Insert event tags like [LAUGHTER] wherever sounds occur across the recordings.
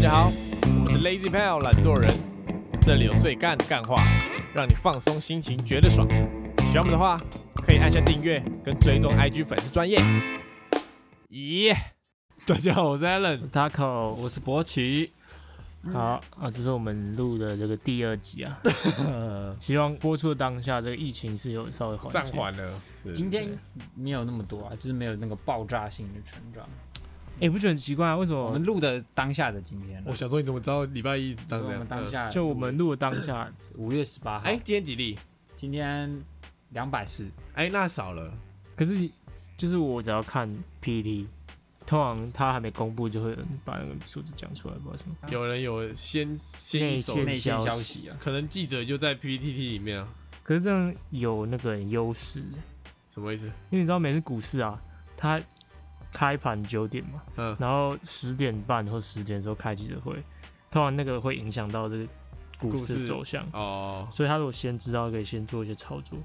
家好，我是 Lazy Pal 懒惰人，这里有最干的干话，让你放松心情，觉得爽。喜欢我们的话，可以按下订阅跟追踪 IG 粉丝专业。咦、大家好，我是 Allen 我。是 Taco，我是博奇。好啊，这是我们录的这个第二集 [LAUGHS] 啊，希望播出的当下，这个疫情是有稍微缓暂解。缓了，是今天没有那么多啊，就是没有那个爆炸性的成长。哎、不觉得很奇怪、啊？为什我么们录的当下的今天啊，哦我想说，你怎么知道礼拜一是长我这样们？当嗯下就我们录的当下，五月十八号哎、，今天几例？今天两百四，哎、那少了。可是就是我只要看 PT，通常他还没公布就会把那个数字讲出来，不知道为什么。有人有先先一手，内内线消消息息啊，可能记者就在 PPT 里面啊，可是这样有那个优势，什么意思？因为你知道每次股市啊，它开盘九点嘛，嗯，然后十点半或十点的时候开记者会，通常那个会影响到这个股股市市的走向，哦，所以他如果先知道，可以先做一些操作，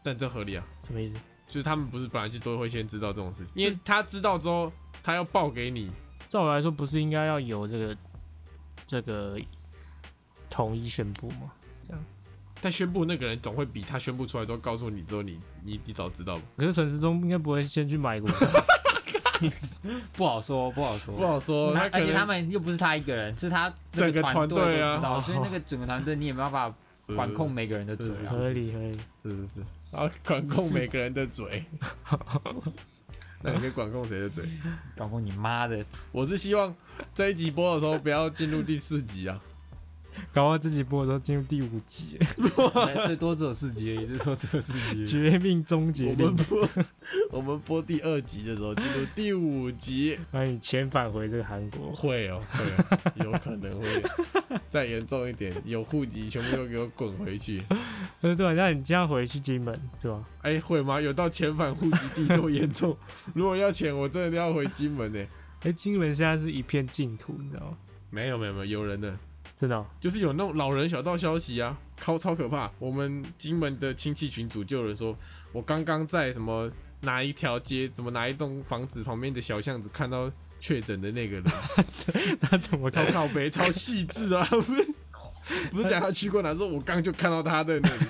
但这合理啊。什么意思？就是他们不是本来就都会先知道这种事情，因为他知道之后，他要报给你，照我来说，不是应该要有这个这个统一宣布吗？他宣布那个人总会比他宣布出来之后告诉你之后，你你你早知道吧？可是陈时中应该不会先去买股票，不好说，不好不说。好说，他他可而且他能们又不是他一个人，是他那整个团团队都啊知道，哦所以那个整个团队你也没办法是管控，每个人的嘴是是啊。 [LAUGHS] 合理合理。是是是，然后管控每个人的 [LAUGHS] 嘴。那你可以管控谁的嘴？管控你妈的！ [LAUGHS] 我是希望这一集播的时候不要进入第四集啊，搞到自己播的时候进入第五集，最多只有四级而已，最多只有四级而已。绝命终我结们令， [LAUGHS] 播我们播第二集的时候进入第五集，把你遣返回这个韩国。会哦，会哦，有可能会。再严重一点，有户籍全部都给我滚回去。对对，那你这样回去金门是吧？哎、会吗？有到遣返户籍地这么严重？ [LAUGHS] 如果要遣，我真的要回金门欸呢、哎，金门现在是一片净土，你知道吗？没有没有没有，有人的，真的哦、 [LAUGHS] 就是有那种老人小道消息啊，超超可怕。我们金门的亲戚群组就有人说，我刚刚在什么哪一条街，什么哪一栋房子旁边的小巷子看到确诊的那个人，他怎么超看？靠 [LAUGHS] 北，超细致啊！他们不是讲他去过哪，是我刚就看到他在那里。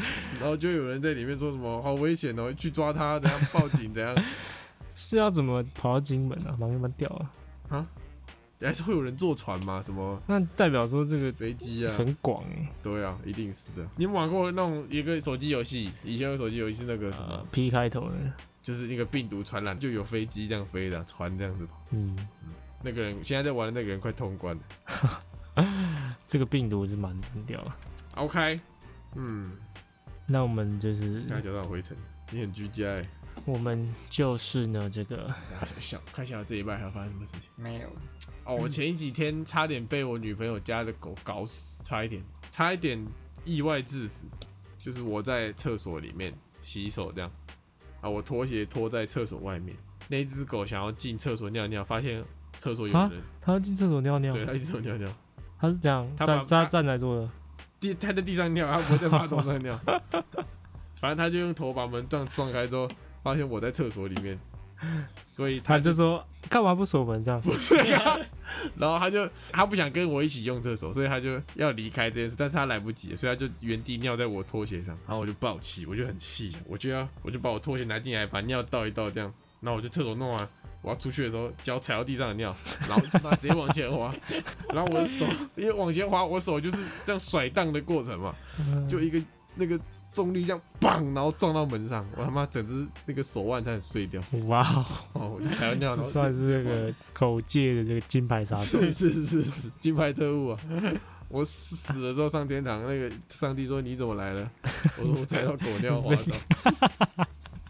[LAUGHS] 然后就有人在里面说什么好危险哦，去抓他，怎样报警，怎样。是要怎么跑到金门啊？蛮蛮屌啊！啊，还是会有人坐船吗？什么那代表说这个飞机啊？很广哎、对啊，一定是的。你有玩过那种一个手机游戏？以前有手机游戏那个什么，呃，P 开头的，就是那个病毒传染，就有飞机这样飞的啊、船这样子跑。嗯，那个人现在在玩的那个人快通关了。这个病毒是蛮蛮屌的。 OK，嗯，那我们就是看脚上回程，你很居家哎、欸。我们就是呢这个大家想啊看一下这一拜还要发生什么事情没有，哦。我前几天差点被我女朋友家的狗搞死，差一点，差一点意外致死。就是我在厕所里面洗手这样，啊，我拖鞋拖在厕所外面，那只狗想要进厕所尿尿，发现厕所有啊人， [LAUGHS] 他要进厕所尿尿，对，它一直有尿尿，他是这样他把站他站站来做的，地它在地上尿，它不会在马桶上尿， [LAUGHS] 反正它就用头把门这样撞开之后，发现我在厕所里面，所以它他就说干嘛不锁门这样？ [LAUGHS] 然后他就他不想跟我一起用厕所，所以他就要离开这件事，但是他来不及了，所以他就原地尿在我拖鞋上，然后我就暴气，我就很气，我就要我就把我拖鞋拿进来，把尿倒一倒这样，然后我就厕所弄完，我要出去的时候脚踩到地上的尿，然后他直接往前滑，然后我的手因为往前滑，我手就是这样甩荡的过程嘛，就一个那个重力这样砰，然后撞到门上，我他妈整只那个手腕差点碎掉，哇哦，哦，我就踩到尿，然这后算是这个口界的这个金牌杀手。是是是是， [LAUGHS] 金牌特务啊！我死死了之后上天堂，那个上帝说你怎么来了？我说我踩到狗尿滑倒。 [LAUGHS]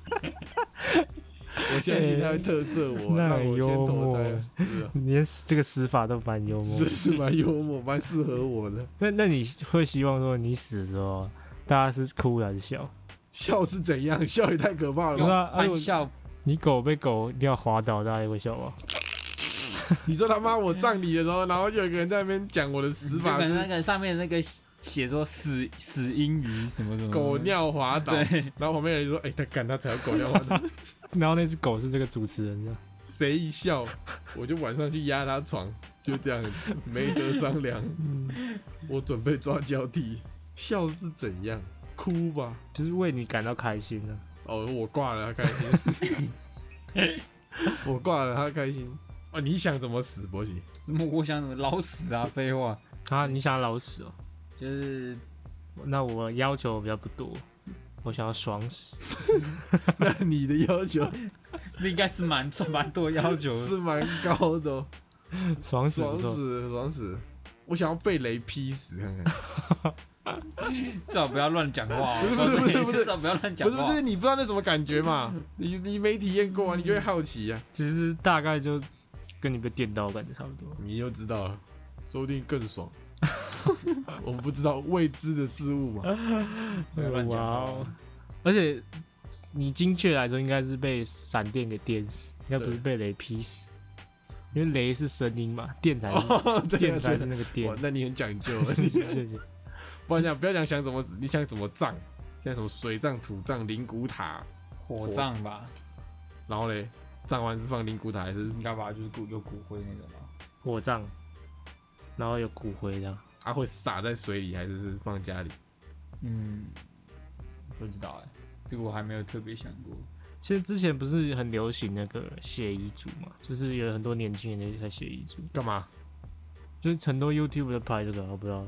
我相信他会特赦我，哎那让很我先幽投默胎啊。是啊，你连这个死法都蛮幽默是。的是蛮幽默，蛮适合我的。那那你会希望说你死的时候，大家是哭还是笑？笑是怎样？笑也太可怕了对吧！啊啊如玩果笑你狗被狗尿滑倒，大家也会笑吧？你说他妈我葬礼的时候，然后就有一个人在那边讲我的死就法跟那是个上面那个写说死死英语什么什么狗，尿滑倒，嗯对，然后旁边有人说：“哎，他干他踩到狗尿滑倒。”然后那只狗是这个主持人这样，谁一笑，我就晚上去压他床，就这样 [LAUGHS] 子，没得商量。我准备抓交替，笑是怎样？哭吧。就是为你感到开心呢、哦，我挂了，他开心。 [LAUGHS] 我挂了，他开心。哦，你想怎么死，博喜？我想怎么老死啊？废话，啊。啊，你想老死哦？就是那我要求比较不多，我想要爽死。那 [LAUGHS] 你的要求 [LAUGHS] 那应该是蛮蛮多要求的。是蛮高的、哦， [LAUGHS] 爽死不爽错，死，爽死！我想要被雷劈死看看。最好不要乱讲话哦。不是不是不是不是最好不要乱讲不是不话是，。你不知道那什么感觉嘛？你你没体验过啊，你就会好奇啊，其实大概就跟你被电到的感觉差不多。你就知道了，说不定更爽。我们不知道未知的事物嘛。哎不要乱讲哇话哦！而且你精确来说，应该是被闪电给电死，应该不是被雷劈死，因为雷是声音嘛，电才是、哦，对 [LAUGHS] 电啊，才对是啊那个电哇。， [LAUGHS] 那你很讲究。谢谢谢谢。不然讲不要讲想怎么死，你想怎么葬？现在什么水葬、土葬、灵骨塔，火葬吧，然后嘞，葬完是放灵骨塔还是应该吧，就是骨有骨灰那个啊吧。火葬，然后有骨灰这样。它啊会撒在水里，还是是放家里？嗯，不知道哎、这个我还没有特别想过。其实之前不是很流行那个写遗嘱嘛，就是有很多年轻人就在写遗嘱，干嘛？就是很多 YouTube 在拍这个啊，我不知道。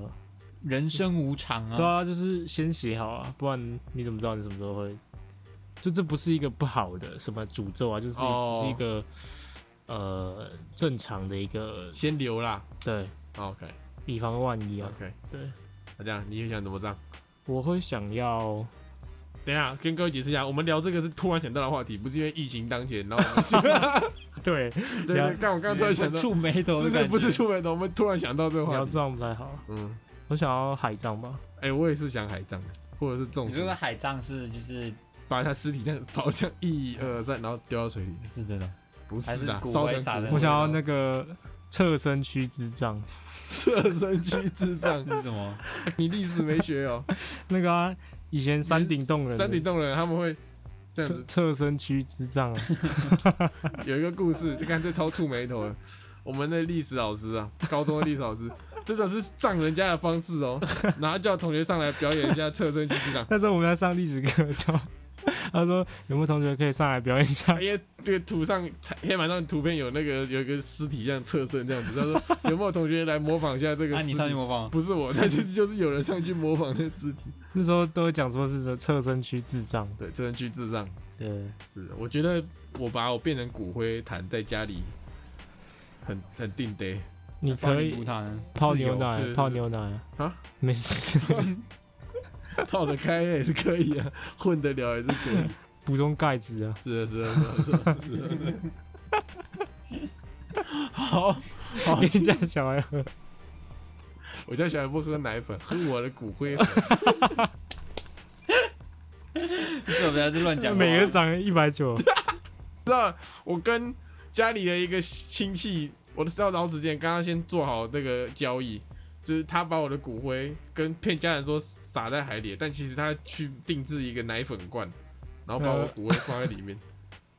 人生无常对啊，啊，就是先写好啊，不然你怎么知道你什么时候会？就这不是一个不好的什么诅咒啊，就是哦只是一个、呃正常的一个先留啦。对， OK 以防万一啊。 OK，对，那这样你又想怎么葬？我会想要等一下，跟各位解释一下，我们聊这个是突然想到的话题，不是因为疫情当前，然后我们 [LAUGHS] 对对聊对，刚我刚刚突然想到，触眉头是的是感觉，不是出门的，我们突然想到这个话要题。葬不太好，嗯，我想要海葬吧。哎、我也是想海葬，或者是中你说暑，的海葬是就是把他尸体这样 [LAUGHS] 刨这样一二三，然后丢到水里。是真的，不是还的是，骨烧灰成啊撒骨在灰我想要 [LAUGHS] 那个侧身躯之葬，侧身躯智障，是什么？你历史没学 [LAUGHS] 哦。那个啊，以前山顶洞人山顶洞人他们会这样侧子，侧身躯之葬啊，有一个故事，你看这超触眉头的。我们的历史老师啊，高中的历史老师， [LAUGHS] 真的是葬人家的方式哦，然后叫同学上来表演一下侧身躯智障。那时候我们在上历史课的时候， [LAUGHS] 他说有没有同学可以上来表演一下？ [LAUGHS] 因为这个图上黑板上图片有那个有一个尸体这样侧身这样子，他说有没有同学来模仿一下这个 [LAUGHS] 啊，尸你体？上去模仿，不是我，但就是就是有人上去模仿那尸体。那时候都会讲说是说侧身躯智障，对，侧身躯智障。对，是，我觉得我把我变成骨灰坛在家里很很定得你帮可你补以他呢。泡牛奶是，有泡牛奶啊，没事， [LAUGHS] 泡得开也是可以啊，混得了也是可以。补充钙质啊。是的，是的，是的，是的，是的。好，好给 [LAUGHS] 你家小孩喝，我家小孩不喝奶粉，喝我的骨灰粉。这不要再乱讲话。每个长一 [LAUGHS] 百九，知道我跟家里的一个亲戚，我都知道老时间，刚刚先做好那个交易，就是他把我的骨灰跟骗家人说撒在海里，但其实他去定制一个奶粉罐，然后把我骨灰放在里面，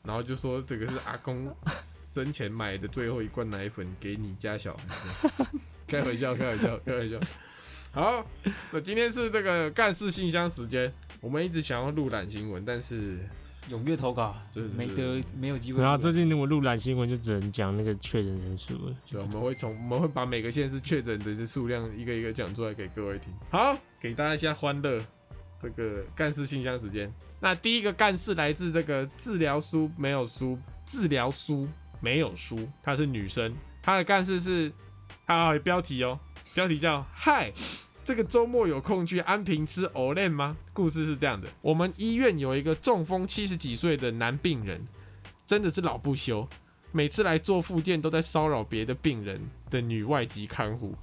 然后就说这个是阿公生前买的最后一罐奶粉给你家小孩，开玩笑，开玩笑，开玩笑。好，那今天是这个干事信箱时间，我们一直想要录懒新闻，但是踊跃投稿，是是没得没有啊机会。然后最近我录懒新闻就只能讲那个确诊人数了，对，啊我们会从我们会把每个县市确诊的这数量一个一个讲出来给各位听。好，给大家一下欢乐。这个干事信箱时间，那第一个干事来自这个治疗书没有书，治疗书没有书，她是女生，她的干事是啊标题哦，标题叫嗨。这个周末有空去安平吃 Olen 吗？故事是这样的：我们医院有一个中风七十几岁的男病人，真的是老不休，每次来做复健都在骚扰别的病人的女外籍看护，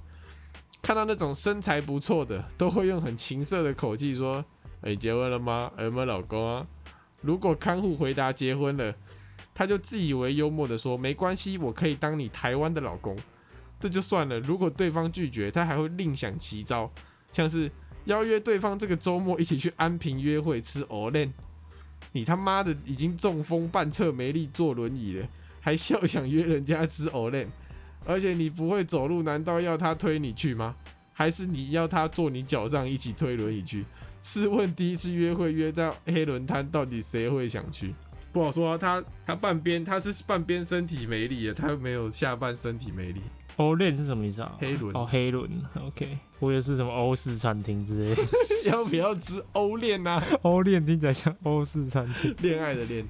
看到那种身材不错的，都会用很情色的口气说：“哎、结婚了吗？有没有老公啊？”如果看护回答结婚了，他就自以为幽默的说：“没关系，我可以当你台湾的老公。”这就算了，如果对方拒绝，他还会另想奇招，像是邀约对方这个周末一起去安平约会吃 Olen。你他妈的已经中风半侧没力坐轮椅了，还笑想约人家吃 Olen， [LAUGHS] 而且你不会走路，难道要他推你去吗？还是你要他坐你脚上一起推轮椅去？试问第一次约会约在黑轮滩，到底谁会想去？不好说啊，他他半边他是半边身体没力的，他没有下半身体没力。欧链是什么意思啊？黑轮哦，黑轮，OK，我以为是什么欧式餐厅 [LAUGHS] 之类的。 [LAUGHS] 要不要吃啊欧恋呐？欧链听起来像欧式餐厅，恋爱的恋，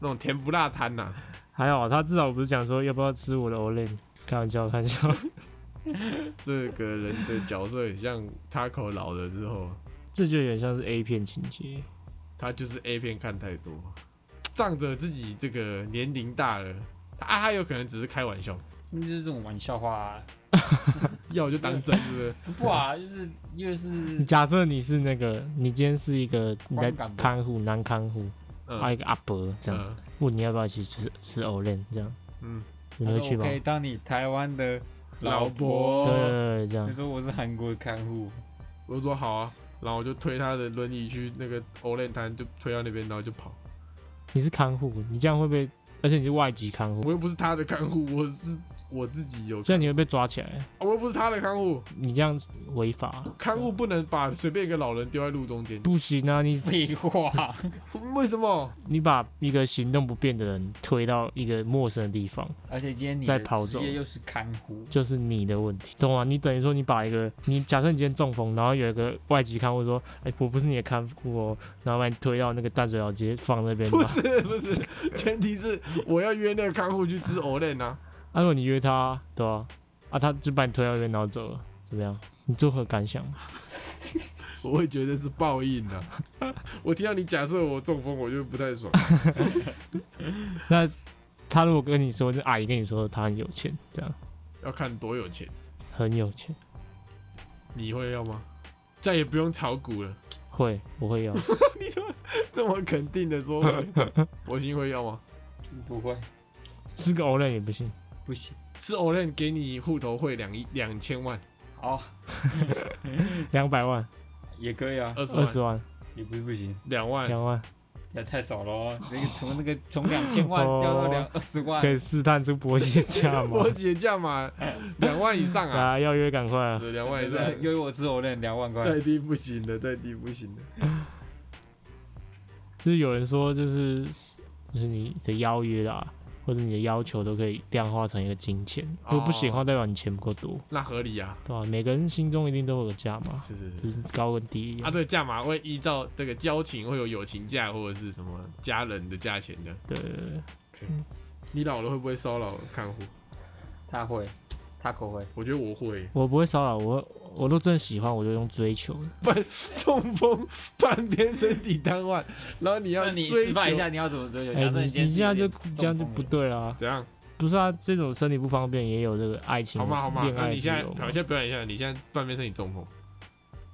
那种甜不辣啊摊呐、还好啊他至少不是讲说要不要吃我的欧链，开玩笑，开玩笑。这个人的角色很像 Taco 老了之后，这就有点像是 A 片情节。他就是 A 片看太多，仗着自己这个年龄大了，啊，他有可能只是开玩笑，那就是这种玩笑话、啊，要就当真，是不 [LAUGHS] 是？不啊，就是又是假设你是那个，你今天是一个你在光感吧看护男看护，啊嗯一个阿伯这样，嗯问你要不要一起吃吃欧链这样，嗯，你会去吗可？以当你台湾的老婆，对婆，对对，这你样说我是韩国的看护，我说好啊，然后我就推他的轮椅去那个欧练摊，就推到那边，然后就跑。你是看护，你这样会被，而且你是外籍看护，我又不是他的看护，我是我自己有，所以你会被抓起来，我又不是他的看护，你这样违法。看护不能把随便一个老人丢在路中间，不行啊！你废话，为什么？ [LAUGHS] 你把一个行动不便的人推到一个陌生的地方，而且今天你再的跑职走业又是看护，就是你的问题，懂吗？你等于说你把一个你假设你今天中风，然后有一个外籍看护说：“哎、我不是你的看护哦。”然后把你推到那个淡水老街放那边不吧。是不是，前提是我要约那个看护去吃藕链啊。啊，如果你约他，对吧、啊？他就把你推到那边，然后走了，怎么样？你作何感想？我会觉得是报应啊！ [LAUGHS] 我听到你假设我中风，我就不太爽。那他如果跟你说，这阿姨跟你说他很有钱，这样要看多有钱，很有钱，你会要吗？再也不用炒股了。会我会要。 [LAUGHS] 你怎么这么肯定的说会？我心会要吗？不会，吃个欧 n 也不行，不行，是藕链给你户头汇两亿两千万，好两百万、哦也可以啊，二十二万，哎十万、也不是不行，两万，两万，那太少了哦，那个从那 [LAUGHS] 个从两千万哦掉到两二十万可，以试探出博险价吗 [LAUGHS] 我？姐价嘛，两万以上 [LAUGHS] 啊，啊，要约赶快啊！是两万以上，对约我吃我那两万块，再低不行的，再低不行的。就是有人说，就是就是你的邀约啦，或者你的要求都可以量化成一个金钱。哦如果不行的话，代表你钱不够多，那合理啊，对吧、每个人心中一定都有个价嘛，是是只是。是高跟低一啊，样。这个价码会依照这个交情，会有友情价或者是什么家人的价钱的。对对对对你老了会不会骚扰看护？他会，他口会，我觉得我会我不会骚扰我，我都真的喜欢，我就用追求的。中风，半边身体瘫痪，然后你要那你追示求范一下你要怎么追求？哎、假设你今天你是这样就有点这样就中风不了，对啦，怎样？不是啊，这种身体不方便也有这个爱情好的吗？好吗？恋那爱你现自在由嘛，好，现在表演一下，你现在半边身体中风，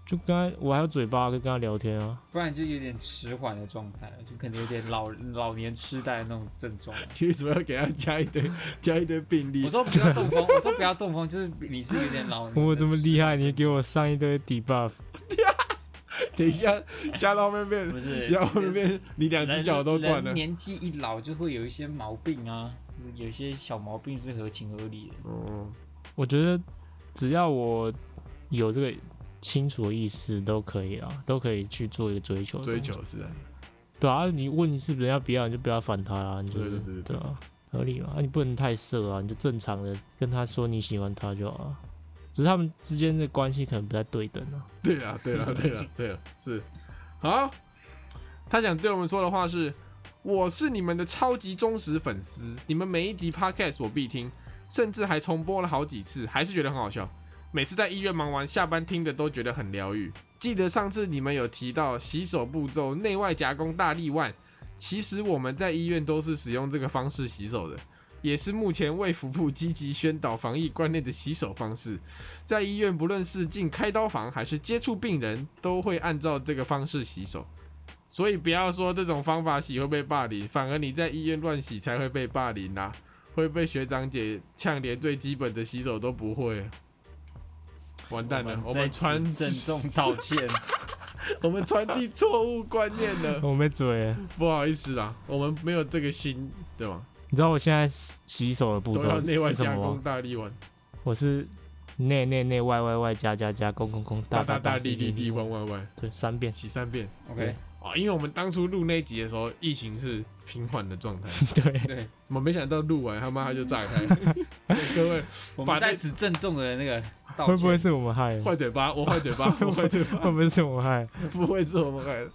就跟他我还有嘴巴可以跟他聊天啊。不然就有点迟缓的状态，就可能有点老 [LAUGHS] 老年痴呆的那种症状。你为什么要给他加一堆加一堆病我例？说不要中风，我说不要中风，就是你嗯是有点老年。 [LAUGHS] 我这么厉害，你给我上一堆 debuff，等一下加到后面不变，是？加到后面变，你两只人脚都断了人。年纪一老就会有一些毛病啊，有一些小毛病是合情合理的。哦，我觉得只要我有这个清楚的意识，都可以啊，都可以去做一个追求的追动作。求是啊，对啊，你问一次人家不要，你就不要烦他啦，你就对是对对对对啊，合理嘛？啊，你不能太色啊，你就正常的跟他说你喜欢他就好了。啊只是他们之间的关系可能不太对等啊。对了，对了，对了，对了，啊是。好，他想对我们说的话是：我是你们的超级忠实粉丝，你们每一集 podcast 我必听，甚至还重播了好几次，还是觉得很好笑。每次在医院忙完下班听的都觉得很疗愈。记得上次你们有提到洗手步骤内外夹攻大力腕，其实我们在医院都是使用这个方式洗手的，也是目前卫福部积极宣导防疫观念的洗手方式。在医院，不论是进开刀房还是接触病人，都会按照这个方式洗手。所以不要说这种方法洗会被霸凌，反而你在医院乱洗才会被霸凌啦、会被学长姐呛，连最基本的洗手都不会。完蛋了，我在们此传郑重 [LAUGHS] 道歉，我们传递错误观念了，我没嘴，嗯啊不好意思啦，我们没有这个心，对吗？你知道我现在洗手的步都要骤内外是什加么啊工吗？大力丸，我是内内内外外外加加加公公公大大大大力力力力弯弯弯，对，三遍。 [LAUGHS] 洗三遍。 OK，哦，因为我们当初录那一集的时候，疫情是平缓的状态，对，对，怎么没想到录完他妈他就炸开？ [LAUGHS] 各位我把们在那此郑重的那个道会不会歉。是我们害的？坏嘴巴，我坏嘴巴，我坏嘴巴，会不会是我们害的？不会是我们害的。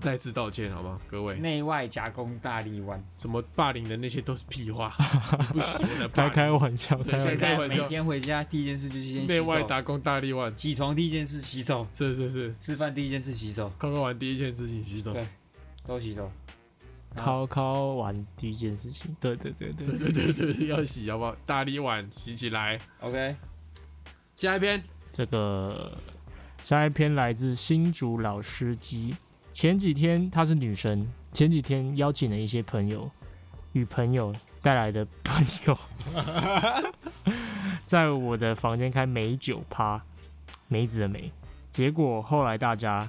再次道歉好吗？各位，内外夹攻大力丸，什么霸凌的那些都是屁话，不喜欢的霸开凌开玩笑，对开玩现在笑。开玩笑每天回家第一件事就是先洗内外手，打工大力腕，起床第一件事洗手，是是是，吃饭第一件事洗手，刚刚完第一件事情洗手，对都洗手。考考完第一件事情，对对对对，对对对对，要洗好不好？大力碗洗起来。 OK，下一篇，这个下一篇来自新竹老司机。前几天她是女神，前几天邀请了一些朋友与朋友带来的朋友， [LAUGHS] 在我的房间开美酒趴，梅子的梅。结果后来大家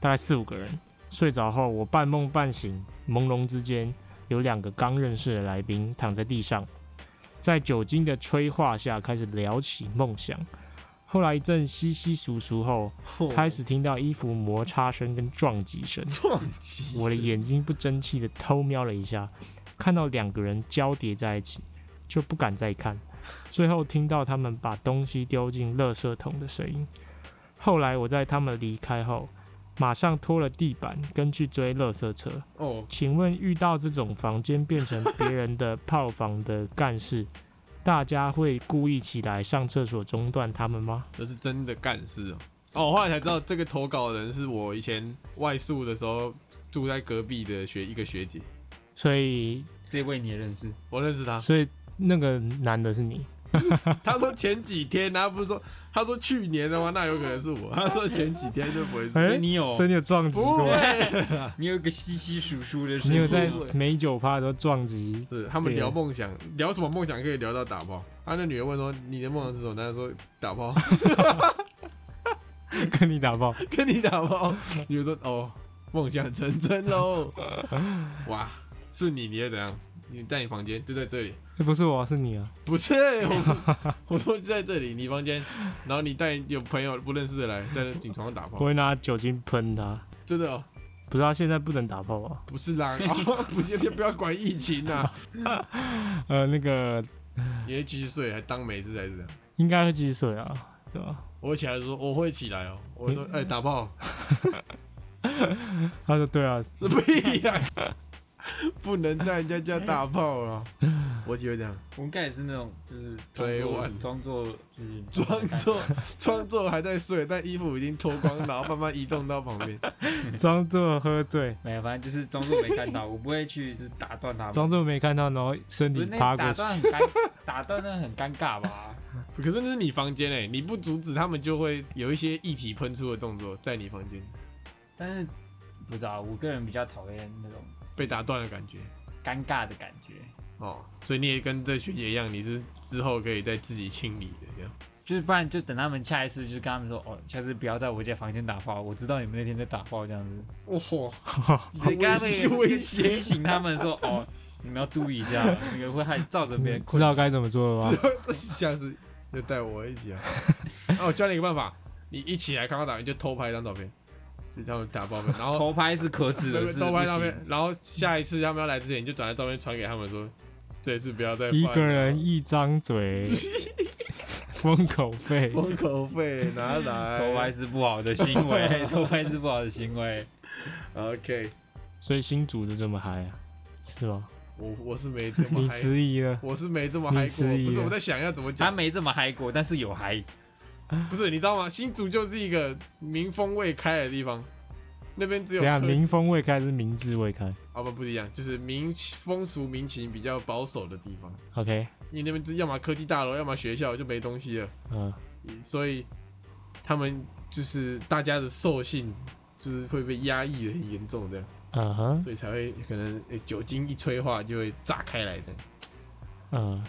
大概四五个人睡着后，我半梦半醒，朦胧之间有两个刚认识的来宾躺在地上，在酒精的催化下开始聊起梦想。后来一阵稀稀疏疏后，哦开始听到衣服摩擦声跟撞击声，撞击，我的眼睛不争气的偷瞄了一下，看到两个人交叠在一起，就不敢再看。最后听到他们把东西丢进垃圾桶的声音。后来我在他们离开后，马上拖了地板跟去追垃圾车。哦，请问遇到这种房间变成别人的 [LAUGHS] 炮房的干事，大家会故意起来上厕所中断他们吗？这是真的干事哦。哦，我后来才知道这个投稿的人是我以前外宿的时候住在隔壁的学一个学姐，所以，这位你也认识，我认识 [LAUGHS] 她。所以那个男的是你，她说前几天，她不是说，她说去年的话，那有可能是我。 [LAUGHS] 她说前几天就不会是哎我，所以你有所以你有撞击不过，会。你有一个稀稀疏疏的声音，你有在美酒趴的时候撞击，是他们对聊梦想，聊什么梦想可以聊到打炮。啊，那女人问说你的梦想是什么？他说打炮，跟你打爆，跟你打炮。女人说哦，梦想成真喽。哇，是你，你会怎样？你在你房间就在这里，哎不是我，是你啊，不是我，我说就在这里，你房间，然后你带有朋友不认识的来，在那警床上打我炮，会拿酒精喷他。真的、哦、不是他现在不能打炮啊，不是啦，哦、不是不要管疫情呐、啊，呃，那个你会继续睡还当没事还是怎样？应该会继续睡啊，对吧？我会起来说我会起来哦，我会说哎、打 [LAUGHS] 炮，他说对啊，屁呀、不能在人家家打炮了。我只会这样，我们应该也是那种，就是装 Play 作 one 装作 [LAUGHS] 就是装作 [LAUGHS] 装作还在睡，但衣服已经脱光，然后慢慢移动到旁边。 [LAUGHS] 装作喝醉，没有，反正就是装作没看到，我不会去就是打断他们。装作没看到，然后身不体是那趴过打去，断很尴，打断那很尴尬吧？可是那是你房间哎、你不阻止他们，就会有一些液体喷出的动作在你房间但是不知道，我个人比较讨厌那种被打断的感觉尴尬的感觉，哦。所以你也跟这学姐一样，你是之后可以再自己清理的这样。就是不然就等他们下一次就跟他们说，哦，下次不要在我家房间打炮，我知道你们那天在打炮这样子。哇、 [LAUGHS] 哦，你跟他们威胁也威胁提醒他们说，哦，你们要注意一下，那个会害造成别人嗯知困扰道该怎么做了吧？下次就带我一 [LAUGHS] 起啊！哦，我教你一个办法，你一起来看到打，你就偷拍一张照片，就他们打爆分，然后偷拍是可耻那 [LAUGHS] 的个事，偷拍照不行片，然后下一次他们要来之前，你就转来照片传给他们说，这一次不要再一犯个了人一张 [LAUGHS] 嘴，封口费，封口费拿 [LAUGHS] 来偷拍。是不好的行为，偷拍是不好的行为。 OK，所以新主就这么嗨啊，是吧？我我是没这么你嗨，迟疑了，我是没这么嗨你迟过，疑不是了我在想要怎么他讲，啊没这么嗨过，但是有嗨。不是你知道吗？新竹就是一个民风未开的地方，那边只有等一下特民风未开还是民智未开啊不不一样，就是民风俗民情比较保守的地方， ？OK，因为那边就要么科技大楼，要么学校就没东西了。嗯、所以他们就是大家的兽性就是会被压抑的很严重这样，嗯哼，所以才会可能、诶酒精一催化就会炸开来的。嗯，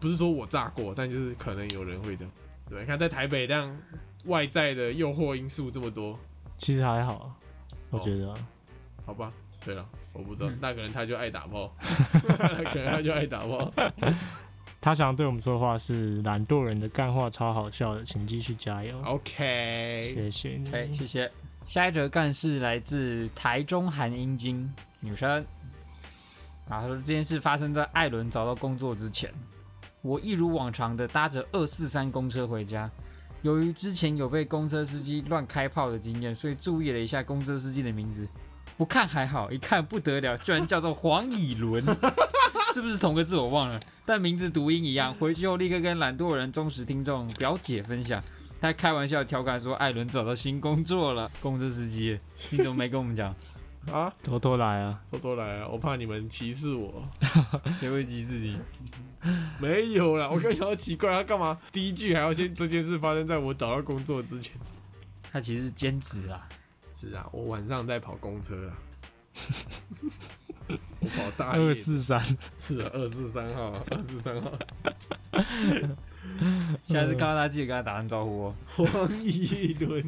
不是说我炸过，但就是可能有人会这样。对，你看在台北这样外在的诱惑因素这么多，其实还好啊，我哦觉得啊、好吧，对了，我不知道，那可能他就爱打炮，可能他就爱打炮。他想对我们说的话是：懒惰人的干话超好笑的，请继续加油。 OK，谢谢你。 OK，谢哎谢。嗯下一则干事来自台中韩英金女生，然后她说这件事发生在艾伦找到工作之前。我一如往常的搭着二四三公车回家，由于之前有被公车司机乱开炮的经验，所以注意了一下公车司机的名字。不看还好，一看不得了，居然叫做黄以伦， [LAUGHS] 是不是同个字我忘了，但名字读音一样。回去后立刻跟懒惰人忠实听众表姐分享。他开玩笑调侃说：“艾伦找到新工作了，公车司机。”你怎么没跟我们 [LAUGHS] 讲？啊，偷偷来啊！偷偷来啊，我怕你们歧视我。谁会歧视你？没有啦，我刚想到奇怪，他干嘛第一句还要先这件事发生在我找到工作之前？他其实是兼职啦，是啊，我晚上在跑公车啦。 [LAUGHS] 我跑大夜二四三，啊是啊，二四三号啊，二四三号，下次看到他记得跟他打声招呼哦。黄一伦。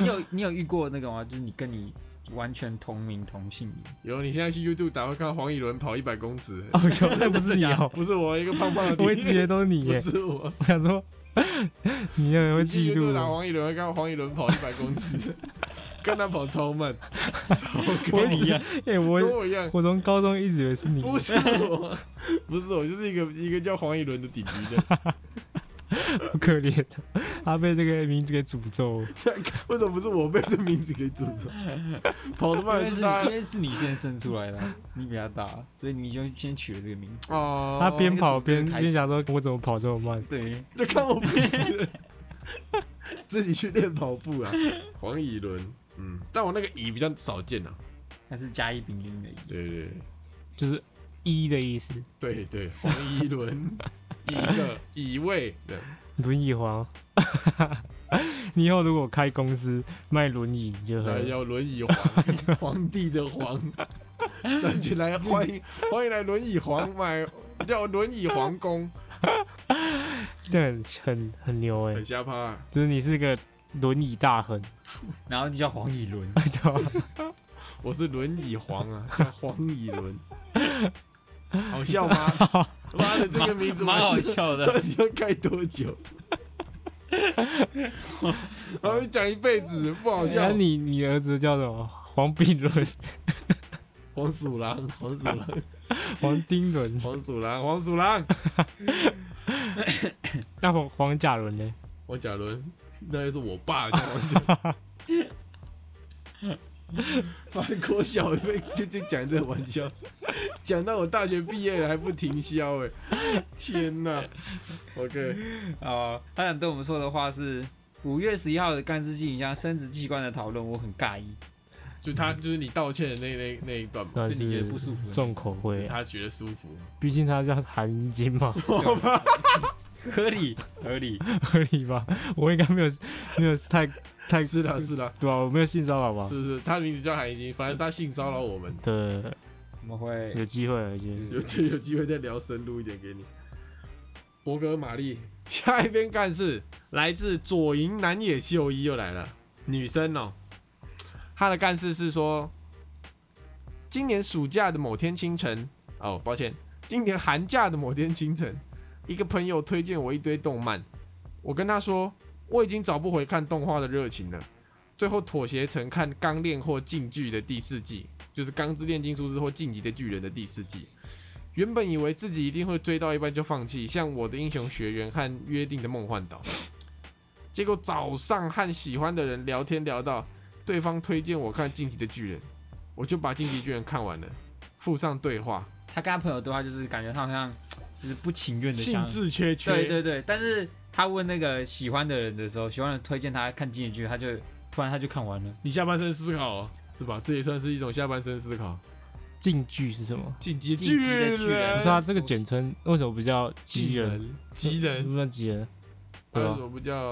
你有你有遇过那个吗？就是你跟你完全同名同姓有，你现在去 YouTube 打，会看到黄以伦跑一百公尺，哦哟，那不是你哦，不是我一个胖胖的弟弟， [LAUGHS] 我一直以为都是你不耶。是我，我想说， [LAUGHS] 你有没有记去 YouTube 录？打黄以伦，会看到黄以伦跑一百公尺，跟他跑超慢，超我跟一样，哎，跟我我一样，我从高中一直以为是 [LAUGHS] 你，不是我， [LAUGHS] 不是我，就是一个一个叫黄以伦的弟弟的， [LAUGHS] 好可怜，啊他被这个名字给诅咒。哦为什么不是我被这名字给诅咒？跑得因慢为是你他因为是你先生出来的啊，你比他大，所以你就先取了这个名字。哦，他边跑边那个诅咒开边始想说，我怎么跑这么慢？对，就看我平时自己去练跑步啊，黄以伦，嗯，但我那个乙比较少见啊，他是甲乙丙丁的乙。对对对。就是一的意思，对对，黄一伦，一个一位对，轮椅皇。 [LAUGHS] 你以后如果开公司卖轮椅，你就然后很要轮椅皇，皇帝的皇，那就来欢迎欢迎来轮椅皇买叫轮椅皇宫，这样很很很牛哎、很瞎趴、啊。就是你是个轮椅大亨， [LAUGHS] 然后就叫黄以伦，对吧？我是轮椅皇 [LAUGHS] 啊，叫黄以伦，好笑吗？妈的，这个名字蛮好笑到的。底要盖多久？我要讲一辈子，不好那笑。哎你你儿子叫什么？黄炳伦、 [LAUGHS] 黄鼠狼，黄鼠狼。黄丁伦，黄鼠狼，黄鼠狼，那黄黄甲伦呢？黄甲伦，那就是我爸叫黄甲伦。妈的，国小被就就讲这个玩笑，讲到我大学毕业了还不停销哎、天哪！OK， [LAUGHS] 哦，他想对我们说的话是：五月十一号的干事信箱生殖器官的讨论，我很尬意。就他就是你道歉的那那那一段嘛，算就你觉是得不舒服重口是味、啊，他觉得舒服。毕竟他叫韩金嘛， [LAUGHS] 好吧，合理合理。合理吧？我应该没有没有太太是啦是啦，对吧？我没有性骚扰吧是？不是？他的名字叫韩一金，反正是他性骚扰我们。对，我们会有机会，有机会。有机有 [LAUGHS] 机会再聊深入一点给你。伯格玛丽，下一篇干事来自左营南野秀一又来了，女生哦，她的干事是说，今年暑假的某天清晨，哦，抱歉，今年寒假的某天清晨，一个朋友推荐我一堆动漫，我跟他说我已经找不回看动画的热情了，最后妥协成看《钢炼》或《进剧》的第四季，就是《钢之炼金术师》或《晋级的巨人》的第四季。原本以为自己一定会追到一半就放弃，像我的英雄学员和约定的梦幻岛。结果早上和喜欢的人聊天聊到，对方推荐我看《晋级的巨人》，我就把《晋级巨人》看完了，附上对话，他跟他朋友对话，就是感觉他好像就是不情愿的兴想。致缺缺。对对对，但是他问那个喜欢的人的时候，喜欢的人推荐他看进去，他就突然他就看完了。你下半身思考、是吧？这也算是一种下半身思考。禁句是什么？进击的进击巨的巨人不人是，他啊这个简称为什么不叫巨巨人？人，巨为什人，么叫巨还人？对啊有吧什？么不叫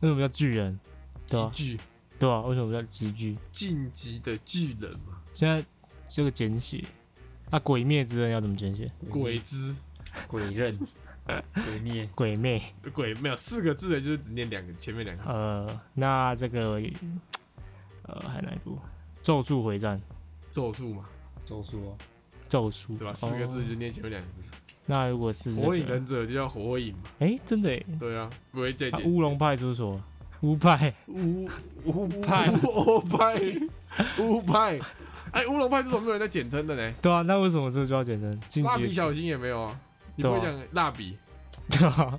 为什么叫巨人？对啊极吧？巨？对吧？为什么叫极巨？晋级的巨人嘛，现在这个简写，那、鬼灭之刃要怎么简写？鬼之 [LAUGHS] 鬼刃，鬼灭，鬼魅，鬼没有四个字的，就是只念两个前面两个字。呃，那这个，呃，还有哪一部？咒术回战》咒术嘛，咒术哦，咒术对吧？四个字哦就念前面两个字，那如果是这火影个，忍者就叫火影嘛，哎，真的耶，对啊，不会再啊解乌龙派出所，乌派， [LAUGHS] [LAUGHS] 乌五乌派乌 [LAUGHS] 派乌派，哎，乌龙派出所没有人在简称的呢，对啊，那为什么这就要简称进蜡笔阶？小新也没有啊，你不会对讲蜡笔， [LAUGHS] 对啊，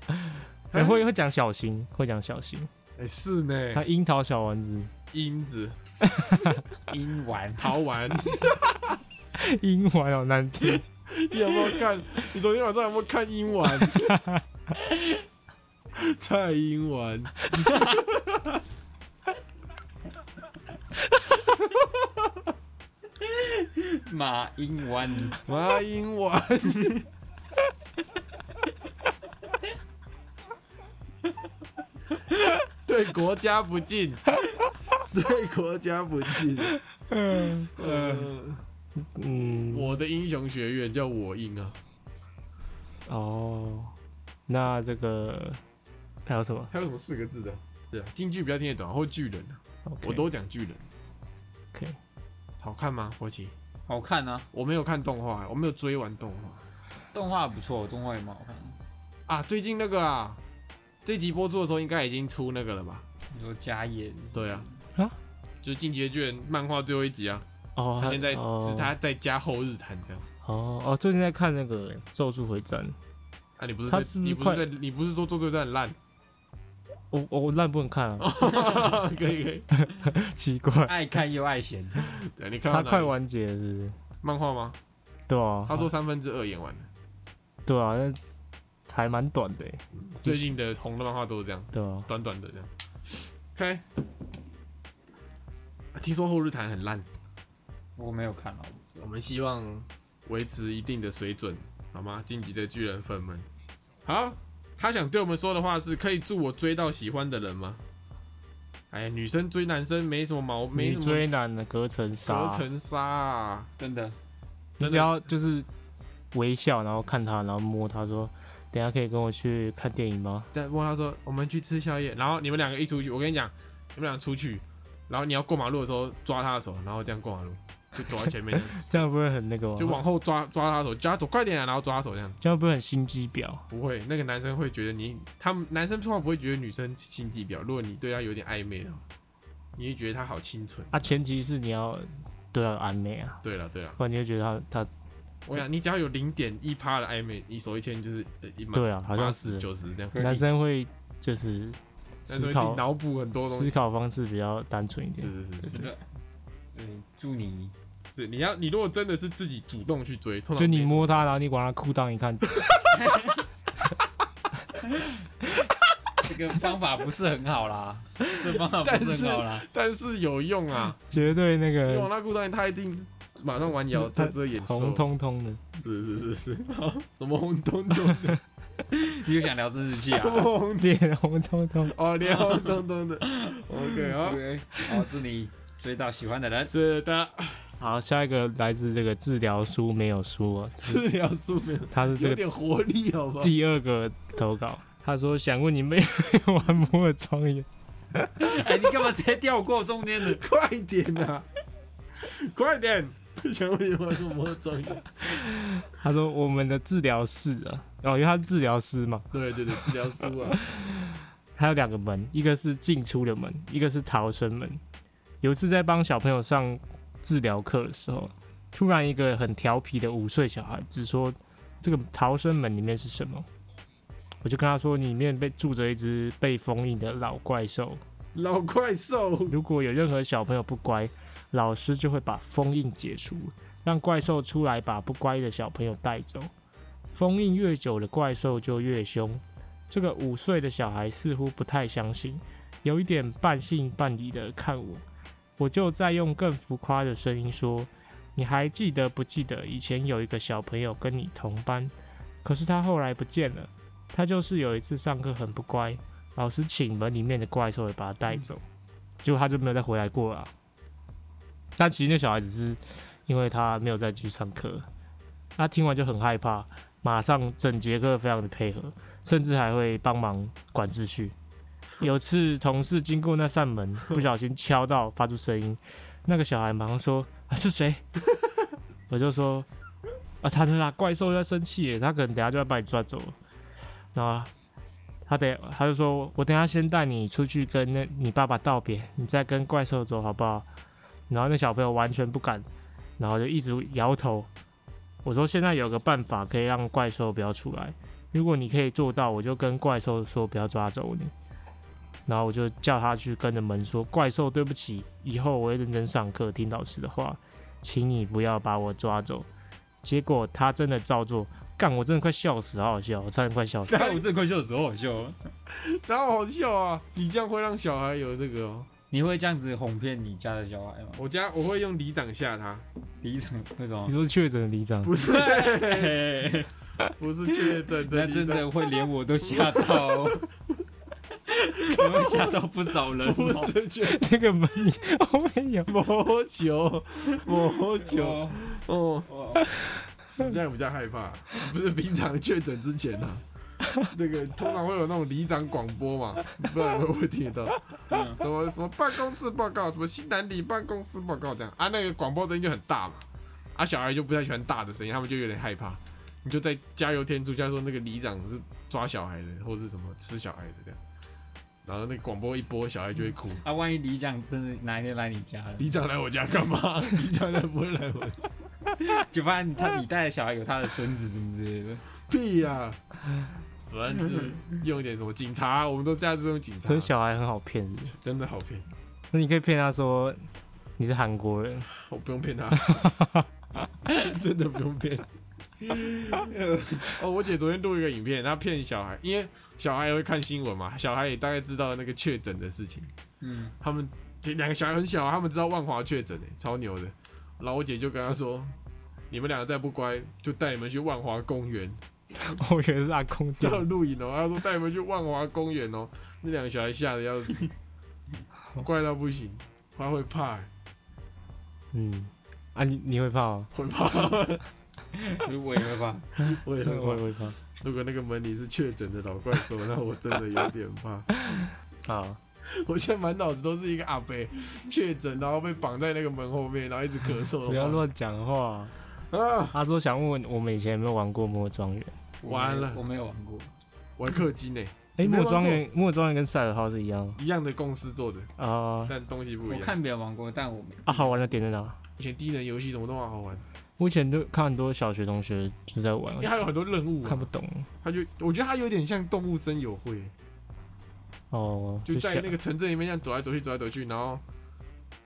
哎会会讲小新，会讲小新，哎是呢他，樱桃小丸子，英子音丸，桃丸，樱丸好难听， [LAUGHS] 你有没有看？你昨天晚上有没有看英 [LAUGHS] 文？蔡英文，马音丸，马英文， [LAUGHS] 对国家不敬，对国家不敬。呃， [LAUGHS] 嗯，我的英雄学院叫我英啊，哦，那这个还有什么？还有什么四个字的？对啊，京剧比较听得懂啊，或巨人啊，我都讲巨人。 OK，好看吗？国旗，好看啊，我没有看动画，我没有追完动画。动画不错，动画也蛮好看。啊，最近那个啦，这集播出的时候应该已经出那个了吧？你说家业，对啊，啊，就是《进击的巨人》漫画最后一集啊，哦，他现在哦只是他在加后日谈这样。哦哦，最近在看那个《咒术回战》，啊，你不是他在是不是你不快是在你不是说做最战很 [LAUGHS] 烂？我我我烂不能看哦啊，可以可以， [LAUGHS] 奇怪， [LAUGHS] 爱看又爱嫌，对，你看到他哪快里完结了是不是？漫画吗？对啊，他说三分之二演完了，对啊，那还蛮短的耶，欸最近的红的漫画都是这样，对啊，短短的这样。OK，啊听说后日谈很烂，我没有看哦。我们希望维持一定的水准，好吗？晋级的巨人粉们，好，他想对我们说的话是：可以祝我追到喜欢的人吗？哎，女生追男生没什么毛，没你什么追男的隔层纱，隔层纱、啊，真的，你只要就是微笑，然后看他，然后摸他说，等一下可以跟我去看电影吗？ [LAUGHS] 但问他说我们去吃宵夜，然后你们两个一出去，我跟你讲，你们俩出去，然后你要过马路的时候抓他的手，然后这样过马路，就走在前 [LAUGHS] 面，这样不会很那个吗？就往后抓抓他的手，叫他走快点啊，然后抓他手这样。这样不会很心机婊？不会，那个男生会觉得你，他们男生通常不会觉得女生心机婊。如果你对她有点暧昧的话，你会觉得她好清纯。啊，前提是你要对他有暧昧啊，对了对了，不然你会觉得他他我想你只要有零点一趴的暧昧，你手一牵就是呃一满对啊，好八像十是九十这样。男生会就是但是思会自己考脑补很多东思西。考方式比较单纯一点是。是是是是的。嗯，祝你是，你要你如果真的是自己主动去追，通常就你没什么摸他，然后你往他裤裆一 [LAUGHS] 看，这个方法不是很好啦，这方法不是很好啦。 [LAUGHS] 但是有用啊！绝对那你往个那裤裆，他一定马上弯腰，嗯他在遮掩红色。彤彤的。是是是是，好，什么红彤彤 [LAUGHS] 的，你又想聊政治系 [LAUGHS] 啊什？么红脸红彤彤。哦，脸红彤彤的。OK 啊，对，好，祝哦你追到喜欢的人。 [LAUGHS] 是的， [LAUGHS] 好，下一个来自这个治疗书没有书哦，治疗素没有。他是这有个点活力，好不好？第二个投稿，他说想问你们有没有玩摩尔庄园？哎，你干嘛直接跳过中间的？ [LAUGHS] 快点啊！快点！ [LAUGHS] 想问你玩过魔装？他说我们的治疗室啊，哦，因为他是治疗师嘛，对对对，治疗书啊，还有两个门，一个是进出的门，一个是逃生门。有一次在帮小朋友上治疗课的时候，突然一个很调皮的五岁小孩只说这个逃生门里面是什么，我就跟他说里面被住着一只被封印的老怪兽，老怪兽， [LAUGHS] 如果有任何小朋友不乖，老师就会把封印解除，让怪兽出来把不乖的小朋友带走。封印越久的怪兽就越凶。这个五岁的小孩似乎不太相信，有一点半信半疑的看我。我就再用更浮夸的声音说：“你还记得不记得以前有一个小朋友跟你同班，可是他后来不见了。他就是有一次上课很不乖，老师请门里面的怪兽也把他带走。结果他就没有再回来过了啊、但其实那小孩子是因为他没有再去上课，他听完就很害怕，马上整节课非常的配合，甚至还会帮忙管秩序。有次同事经过那扇门，不小心敲到，发出声音，那个小孩马上说：“啊，是谁？” [LAUGHS] 我就说：“啊，惨了啦，怪兽在生气耶，他可能等下就要把你抓走了。”然后他得他就说：“我等下先带你出去跟那你爸爸道别，你再跟怪兽走好不好？”然后那小朋友完全不敢，然后就一直摇头。我说：“现在有个办法可以让怪兽不要出来，如果你可以做到，我就跟怪兽说不要抓走你。”然后我就叫他去跟着门说：“怪兽，对不起，以后我会认真上课，听老师的话，请你不要把我抓走。”结果他真的照做，干，我真的快笑死，好好笑，我差点快笑死。但我这块秀的时候好笑哦，哪有好笑啊？你这样会让小孩有那个哦。你会这样子哄骗你家的小孩吗？我家我会用里长吓他，第一场那种你，说确诊的里长， [LAUGHS] 不是嘿不是确 [LAUGHS] 诊那的真里长，的会连我都吓到 [LAUGHS] 哦，我会吓到不少人不哦。是确诊那个门 [LAUGHS] 你我没有，魔 [LAUGHS] 球魔球哦哦，哦实在比较害怕，不是平常确诊之前 [LAUGHS] 啊。那个通常会有那种里长广播嘛，不知道有没有会听得到，嗯什么什么办公室报告，什么西南里办公室报告这样啊，那个广播声音就很大嘛，啊小孩就不太喜欢大的声音，他们就有点害怕，你就在加油添醋，加说那个里长是抓小孩的，或是什么吃小孩的这样，然后那个广播一播，小孩就会哭，啊，万一李长真的哪一天来你家了，里长来我家干 [LAUGHS] 嘛？里长来不会来我家？就发现他你带的小孩有他的孙子什么之类的，屁呀、 [LAUGHS] 反正就是用一点什么警察，我们都下次用警察可是，小孩很好骗是不是真的好骗，那你可以骗他说你是韩国人， [LAUGHS] 我不用骗他， [LAUGHS] 真的不用骗。 [LAUGHS] 哦，我姐昨天录一个影片，她骗小孩，因为小孩也会看新闻嘛，小孩也大概知道那个确诊的事情。嗯，他们这两个小孩很小啊，他们知道万华确诊诶，超牛的。然后我姐就跟他说：“你们两个再不乖，就带你们去万华公园我以为是阿公店 [LAUGHS] 要录影哦。”她说：“带你们去万华公园哦。” [LAUGHS] 那两个小孩吓得要 [LAUGHS] 死，怪到不行，他会怕欸，嗯，啊你你会怕哦？会怕，我也会怕。我也 [LAUGHS] 我也会会怕。怕。 [LAUGHS] 如果那个门里是确诊的老怪兽，那我真的有点怕。 [LAUGHS] 好，我现在满脑子都是一个阿伯确诊，然后被绑在那个门后面，然后一直咳嗽的话。不要乱讲话。啊！他说想问我们以前有没有玩过魔庄园？完了我没有玩过，玩氪金呢、哎、你没魔玩过庄园，魔庄园跟赛尔号是一样的一样的公司做的，啊、但东西不我一样。看别人玩过，但我没。啊，好玩的点在哪？以前低能游戏什么都蛮好玩，我以前就看很多小学同学就在玩因为，它有很多任务、啊，看不懂它就我觉得它有点像动物森友会，哦，就在想那个城镇里面这样走来走去，走来走去，然后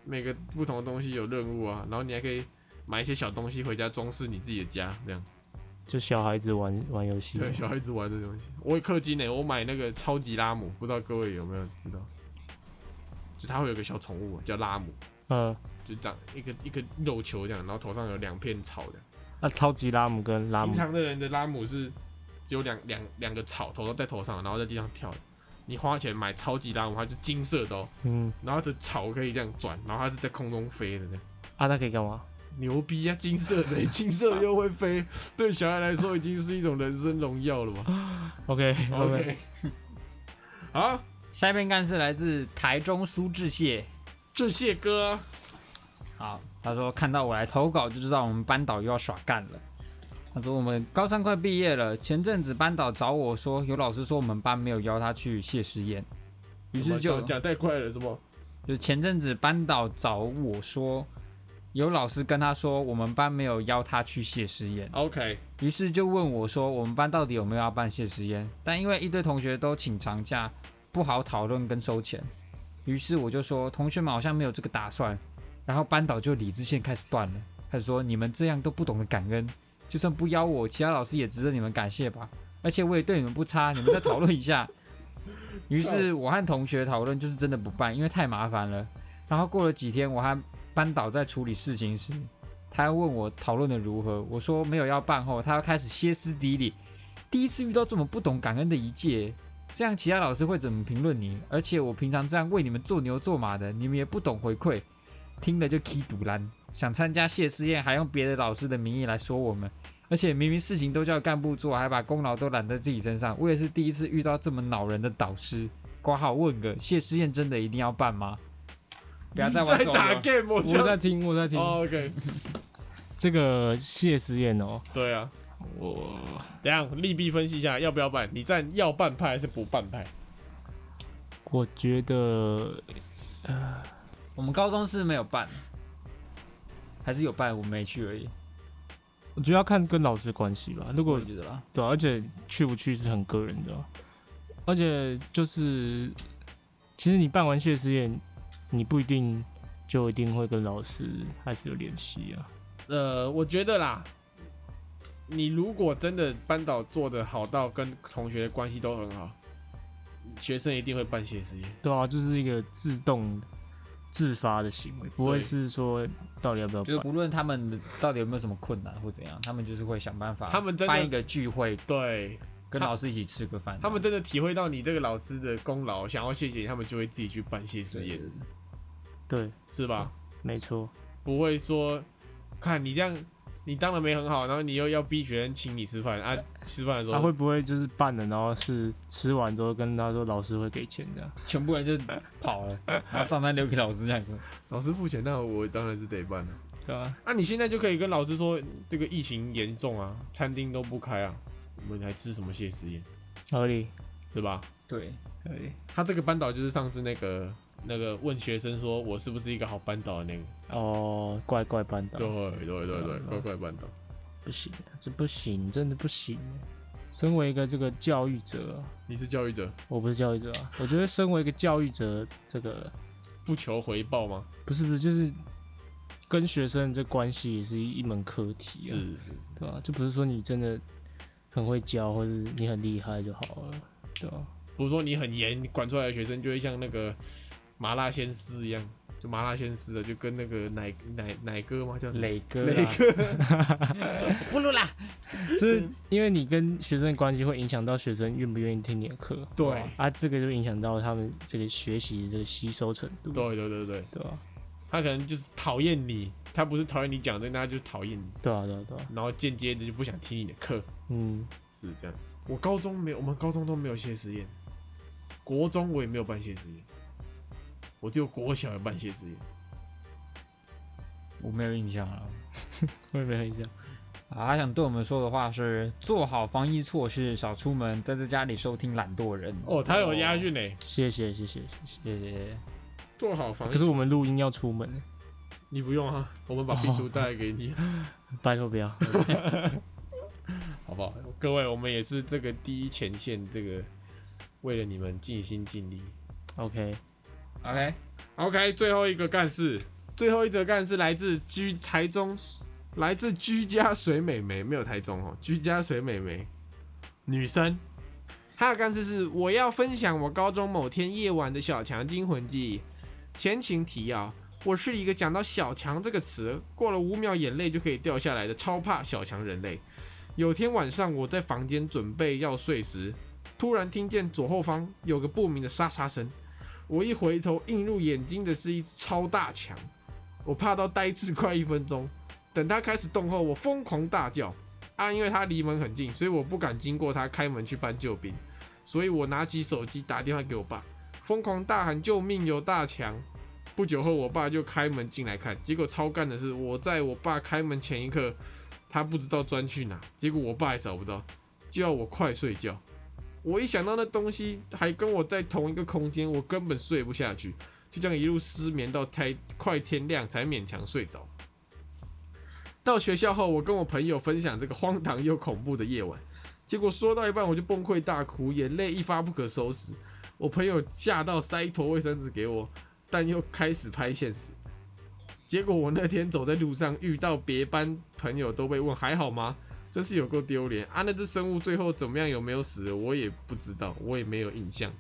每个不同的东西有任务啊，然后你还可以买一些小东西回家装饰你自己的家，这样。就小孩子玩玩游戏，对，小孩子玩的东西。我也氪金欸呢、我买那个超级拉姆，不知道各位有没有知道？就它会有个小宠物叫拉姆，呃，就长一个一个肉球这样，然后头上有两片草的。啊，超级拉姆跟拉姆平，常的人的拉姆是只有两两两个草头在头上，然后在地上跳的。你花钱买超级拉姆，它是金色的哦，嗯，然后它的草可以这样转，然后它是在空中飞的这样。啊，那可以干嘛？牛逼啊！金色的，金色又会飞，对小孩来说已经是一种人生荣耀了 [LAUGHS] 吧 OK OK， ？OK，好，下一篇干事来自台中苏志燮，这谢哥啊好，他说看到我来投稿就知道我们班导又要耍干了。他说我们高三快毕业了，前阵子班导找我说，有老师说我们班没有邀他去谢师宴，于什是么就讲讲太快了，什么？就前阵子班导找我说，有老师跟他说我们班没有邀他去谢师宴， OK，于是就问我说我们班到底有没有要办谢师宴？但因为一堆同学都请长假，不好讨论跟收钱，于是我就说同学们好像没有这个打算。然后班导就理智线开始断了，开始说你们这样都不懂得感恩，就算不邀我，其他老师也值得你们感谢吧。而且我也对你们不差，你们再讨论一下。于是我和同学讨论，就是真的不办，因为太麻烦了。然后过了几天，我和班导在处理事情时，他问我讨论的如何，我说没有要办后，他又开始歇斯底里。第一次遇到这么不懂感恩的一届，这样其他老师会怎么评论你？而且我平常这样为你们做牛做马的，你们也不懂回馈，听了就踢堵烂。想参加谢师宴，还用别的老师的名义来说我们，而且明明事情都叫干部做，还把功劳都揽在自己身上。我也是第一次遇到这么恼人的导师。挂号问个谢师宴真的一定要办吗？不要你再玩在手打游。 game，我就我在听，我在听。哦 OK，这个谢思燕哦，对啊，我等一下利弊分析一下，要不要办？你站要办派还是不办派？我觉得我们高中是没有办，还是有办，我没去而已。我觉得要看跟老师关系吧。如我果也觉得啦，对啊、而且去不去是很个人的啊、而且就是其实你办完谢师宴，你不一定就一定会跟老师还是有联系啊。呃，我觉得啦，你如果真的班导做的好到跟同学的关系都很好，学生一定会办谢师宴。对啊，就是一个自动自发的行为，不会对是说到底要不要就是办。不论他们到底有没有什么困难或怎样，他们就是会想办法，他们真的办一个聚会，对跟他老师一起吃个饭。他们真的体会到你这个老师的功劳，想要谢谢你，他们就会自己去办谢师宴，对，是吧？没错，不会说，看你这样，你当然没很好，然后你又要逼学生请你吃饭啊，吃饭的时他、候会不会就是办了，然后是吃完之后跟他说老师会给钱这样？全部人就跑了，然后账单留给老师这样子。老师付钱，那我当然是得办了。对啊，那、你现在就可以跟老师说，这个疫情严重啊，餐厅都不开啊，我们还吃什么谢师宴，合理对吧？对，合理他这个班导就是上次那个那个问学生说我是不是一个好班导的那个，哦，怪怪班长对啊对对对，嗯乖乖班导。不行啊，这不行，真的不行啊。身为一个这个教育者啊，你是教育者，我不是教育者啊，我觉得身为一个教育者，这个不求回报吗？不是不是就是跟学生这关系也是一门课题是啊。是，对啊，就不是说你真的很会教，或者你很厉害就好了，对啊，不是说你很严，你管出来的学生就会像那个麻辣鲜师一样，就麻辣鲜师的，就跟那个奶奶奶哥吗？叫什么磊哥啦，磊哥， [LAUGHS] 不录啦。就是因为你跟学生的关系会影响到学生愿不愿意听你的课，对啊，这个就影响到他们这个学习的这个吸收程度，对对对对，对啊，他可能就是讨厌你，他不是讨厌你讲的，那他就讨厌你，对啊，对啊，对啊，然后间接的就不想听你的课，嗯，是这样。我高中没有，我们高中都没有谢师宴，国中我也没有办谢师宴，我只有国小有办谢师宴。我没有印象了。我也没很想，啊，他想对我们说的话是：做好防疫措施，少出门，待在家里收听懒惰人。哦，他有押韵诶，谢谢，谢谢，谢谢。谢谢。做好防可是我们录音要出门，你不用啊，我们把病毒带给你。啊 [LAUGHS] 拜托不 [LAUGHS] 要，好不好？各位，我们也是这个第一前线，这个为了你们尽心尽力。 ，OK， OK， OK，最后一个干事，最后一则干事来自居台中，来自居家水美眉，没有台中哦，居家水美眉，女生。她的干事是我要分享我高中某天夜晚的小强惊魂记。前情提要：我是一个讲到小强这个词，过了五秒眼泪就可以掉下来的超怕小强人类。有天晚上，我在房间准备要睡时，突然听见左后方有个不明的沙沙声。我一回头，映入眼睛的是一只超大强，我怕到呆滞快一分钟。等它开始动后，我疯狂大叫啊！因为它离门很近，所以我不敢经过它开门去搬救兵，所以我拿起手机打电话给我爸，疯狂大喊救命有大强。不久后，我爸就开门进来看，结果超干的是，我在我爸开门前一刻，他不知道钻去哪，结果我爸也找不到，就要我快睡觉。我一想到那东西还跟我在同一个空间，我根本睡不下去，就这样一路失眠到太快天亮才勉强睡着。到学校后，我跟我朋友分享这个荒唐又恐怖的夜晚，结果说到一半我就崩溃大哭，眼泪一发不可收拾。我朋友吓到塞一坨卫生纸给我，但又开始拍现实。结果我那天走在路上遇到别班朋友都被问还好吗？真是有够丢脸啊！那只生物最后怎么样，有没有死，我也不知道，我也没有印象。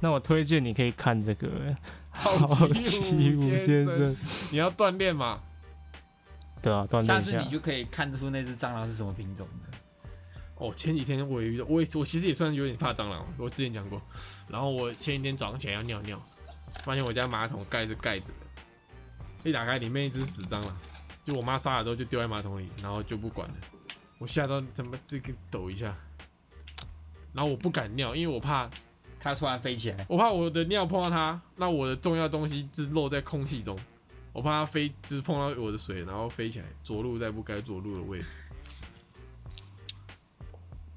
那我推荐你可以看这个《好奇武武先先生》，，你要锻炼嘛？对啊，锻下炼一次下你，就可以看出那只蟑螂是什么品种的。哦，前几天我也遇到，我也我其实也算有点怕蟑螂，我之前讲过。然后我前几天早上起来要尿尿，发现我家马桶盖是盖着的，一打开里面一只死蟑螂，就我妈杀了之后就丢在马桶里，然后就不管了。我吓到怎么这个抖一下，然后我不敢尿，因为我怕它突然飞起来，我怕我的尿碰到它，那我的重要东西就是漏在空气中，我怕它飞，就是碰到我的水，然后飞起来，着陆在不该着陆的位置。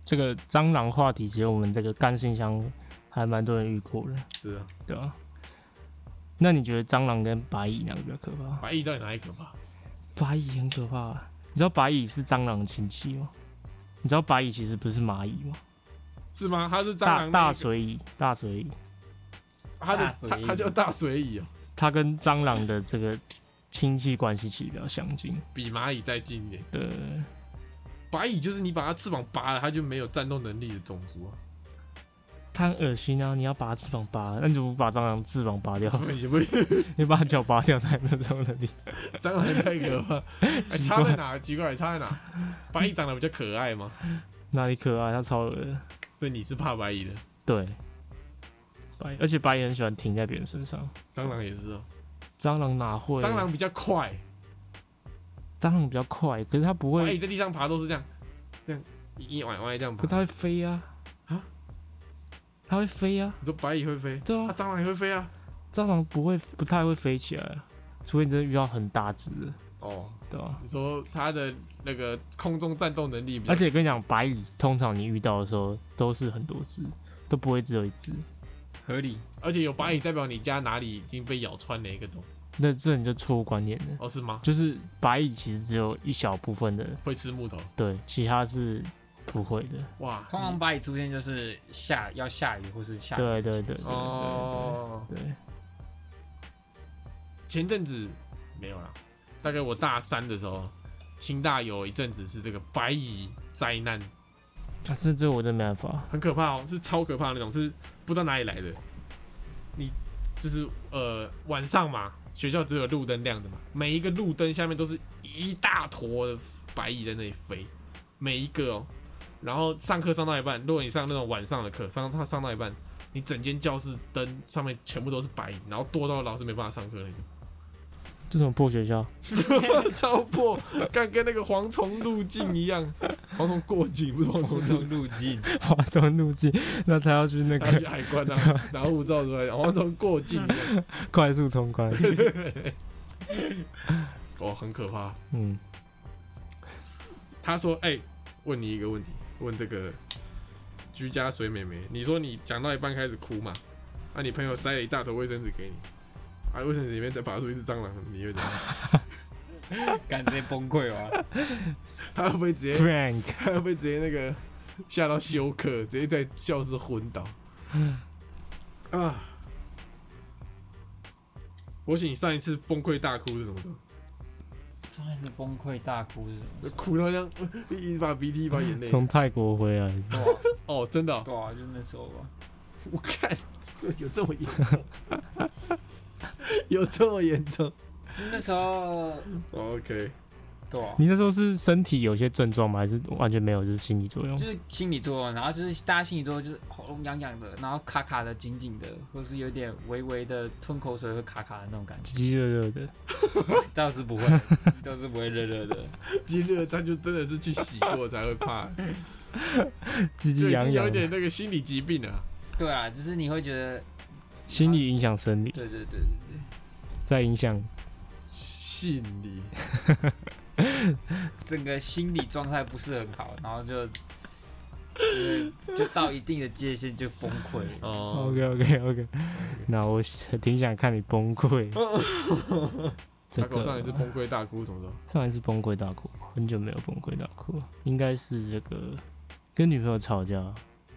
这个蟑螂话题，其实我们这个干信箱还蛮多人遇过的，是啊，对吧、那你觉得蟑螂跟白蚁哪个比较可怕？白蚁到底哪里可怕？白蚁很可怕、啊你知道白蚁是蟑螂的亲戚吗？你知道白蚁其实不是蚂蚁吗？是吗？它是蟑大螂大那个水蚁，大水蚁，它的大水它蚁它叫大水蚁哦，它跟蟑螂的这个亲戚关系其实比较相近。比蚂蚁再近一点。对，白蚁就是你把它翅膀拔了，它就没有战斗能力的种族啊。它很恶心啊！你要把它翅膀拔，那你怎么不把蟑螂翅膀拔掉？不行不行， [LAUGHS] 你把它脚拔掉，它也没有这种能力。蟑螂太可怕。 [LAUGHS] 哎奇差在怪，哪？奇怪，差在哪？白蚁长得比较可爱吗？哪里可爱？它超恶的。所以你是怕白蚁的，对，白，而且白蚁很喜欢停在别人身上。蟑螂也是哦。蟑螂哪会？啊蟑螂比较快，蟑螂比较快，可是它不白会蚁，在地上爬都是这样，这样一一歪歪这样可爬。它会飞啊啊！它会飞啊！你说白蚁会飞，对啊，啊，蟑螂也会飞啊。蟑螂不会，不太会飞起来啊，除非你真的遇到很大只的，哦，对吧、你说它的那个空中战斗能力比较，而且跟你讲，白蚁通常你遇到的时候都是很多只，都不会只有一只。合理。而且有白蚁代表你家哪里已经被咬穿了一个洞，那这你就错误观念了，哦是吗？就是白蚁其实只有一小部分的，会吃木头，对，其他是不会的。哇，通常白蚁出现就是下要下雨或是下雨对对对对对哦，对对，前阵子没有啦，大概我大三的时候，清大有一阵子是这个白蚁灾难，啊，这这我真没办法。很可怕哦，是超可怕的那种，是不知道哪里来的。你就是呃晚上嘛，学校只有路灯亮的嘛，每一个路灯下面都是一大坨的白蚁在那里飞，每一个哦。然后上课上到一半，如果你上那种晚上的课，上上上到一半，你整间教室灯上面全部都是白蚁，然后多到老师没办法上课那种。这种破学校， [LAUGHS] [LAUGHS] 超破，干跟那个蝗虫入境一样，蝗虫过境不是蝗虫空入 [LAUGHS] 中境，路径，华中路径，那他要去那然后个去海关啊，拿护照出来，蝗虫过境一样，快速通关。哦，很可怕。嗯，他说，哎、问你一个问题，问这个居家水美眉，你说你讲到一半开始哭嘛？啊，你朋友塞了一大坨卫生纸给你，啊，卫生纸里面再拔出一只蟑螂，你会怎样？感直接崩溃啊！ [LAUGHS] 他会不会直接， Frank，他会不会直接那个吓到休克，直接在教室昏倒？ [SIGHS] 啊！我请你上一次崩溃大哭是什么时候？上一次崩溃大哭是什么？就哭到像 [LAUGHS] 一把鼻涕一把眼泪。从泰国回来，对啊，哦，真的哦、对啊，就那时候吧。我看有这么严重， [LAUGHS] 有这么严重那时候？OK，对啊，你那时候是身体有些症状吗？还是完全没有？就是心理作用就？是心理作用，然后就是大家心理作用就是喉咙痒痒的，然后卡卡的、紧紧的，或是有点微微的吞口水会卡卡的那种感觉。鸡鸡热热的，倒是不会，倒是不会热热的。今日他就真的是去洗过才会怕， [LAUGHS] 鸡就鸡已痒经有痒一点的，那个心理疾病了。对啊，就是你会觉得，心理影响生理，对对对对对，再影响心理，整个心理状态不是很好，然后就。就是就到一定的界限就崩溃了，哦 OK OK OK，那我挺想看你 [LAUGHS] 崩溃。这他跟个我上一次崩溃大哭什么时候？上一次崩溃大哭，很久没有崩溃大哭了，应该是这个跟女朋友吵架，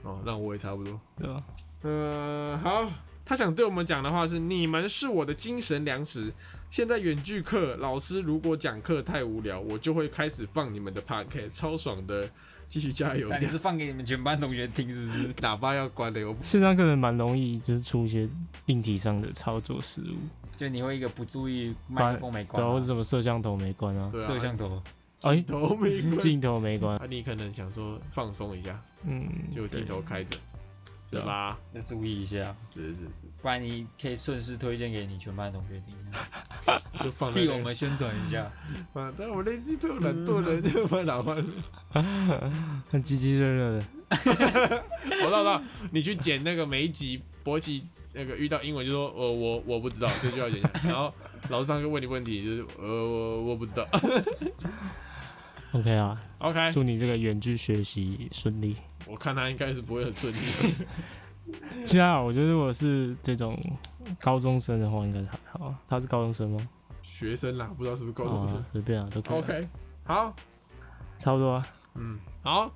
哦，那我也差不多。对吧？呃，好，他想对我们讲的话是：你们是我的精神粮食。现在远距课老师如果讲课太无聊，我就会开始放你们的 podcast，超爽的，继续加油。但你是放给你们全班同学听是 [LAUGHS] 不是？喇叭要关的，我不线上课程蛮容易，就是出一些硬体上的操作失误，就你会一个不注意麦克风没关对啊，啊、或者什么摄像头没关啊，对啊，摄像头，哎，头没关。镜头没关，啊，你可能想说放松一下，嗯，就镜对啊头开着，对吧？要注意一下，是是是是，不然你可以顺势推荐给你全班同学听， [LAUGHS] 就放在替那我个们宣传一 [LAUGHS] 下。啊，但我那次被我懒惰嗯的就把老板，很积极热热的。我知道我知道，你去剪那个每一集博奇那个遇到英文就说呃我我不知道这句要剪下来，然后老师上课问你问题就是呃我我不知道 [LAUGHS] OK 啊， ，OK，祝你这个远距学习顺利。我看他应该是不会很 [LAUGHS] 顺利的，其实还好，我觉得如果是这种高中生的话，应该是还好啊。他是高中生吗？学生啦，不知道是不是高中生哦随便啊，都可以啊。 ，OK，好，差不多啊。嗯，好，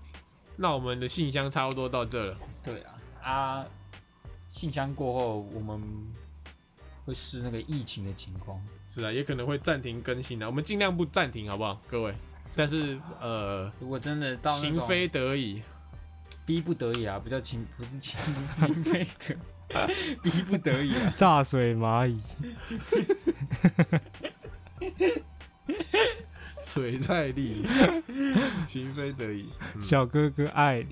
那我们的信箱差不多到这了，对啊，啊，信箱过后我们会视那个疫情的情况，是啊，也可能会暂停更新啊的，我们尽量不暂停好不好，各位？但是呃，如果真的到那情种非得已，逼不得已啊，不叫情，不是情 [LAUGHS] 情非得， [LAUGHS] 逼不得已啊，大水蚂蚁，水在力，情非得 [LAUGHS] 已，小哥哥爱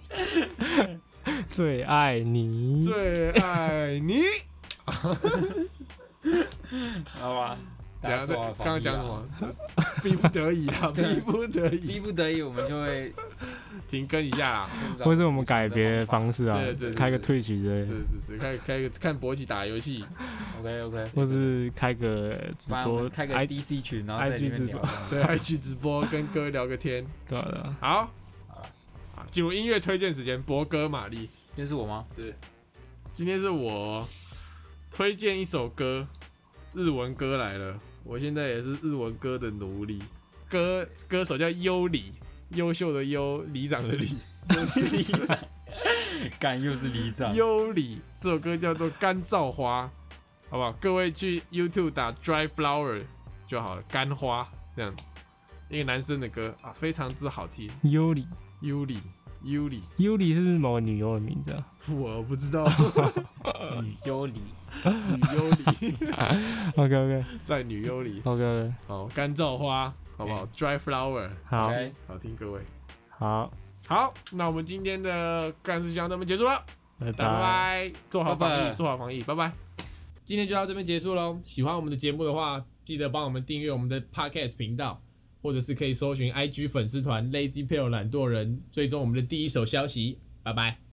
[LAUGHS] 你，最爱你。最爱你。好吧？怎大家样？做刚好防疫啊刚讲什？么？ [LAUGHS] 逼不得已啊， [LAUGHS] 对逼不得已，逼不得已，我们就会， [LAUGHS] 停更一下啊。或者我们改别的方式啊是是是，开个退取之类是的，是是，看看一个看博起打游戏， OK OK，或是开个直不然我播们开个 I- DC 群，然后在里 IG 直面聊播。对，还去直播跟哥聊个天。对啊对啊好，好，进入音乐推荐时间，博哥玛丽今天是 [LAUGHS] 我吗？ [LAUGHS] 是，今天是我推荐一首歌，日文歌来了，我现在也是日文歌的奴隶，歌歌手叫优里，优秀的优，里长的里。又是里长，干又是里长，优里这首歌叫做《干燥花》，好不好？各位去 YouTube 打 Dry Flower 就好了，干花这样。一个男生的歌啊，非常之好听。尤里，优里，优里，尤里是不是某个女优的名字啊？我不知道，女幽里，女 [LAUGHS] 优里， OK OK 在女优里。 OK OK，好，干燥花，好不好？Dry Flower，好 OK 好听，各位。好，好，那我们今天的干事箱到这边结束了。拜拜拜。拜，做好防拜疫，拜做好防疫，拜拜。今天就到这边结束喽。喜欢我们的节目的话，记得帮我们订阅我们的 Podcast 频道，或者是可以搜寻 IG 粉丝团 Lazy p a l e 懒惰人，追踪我们的第一手消息。拜拜。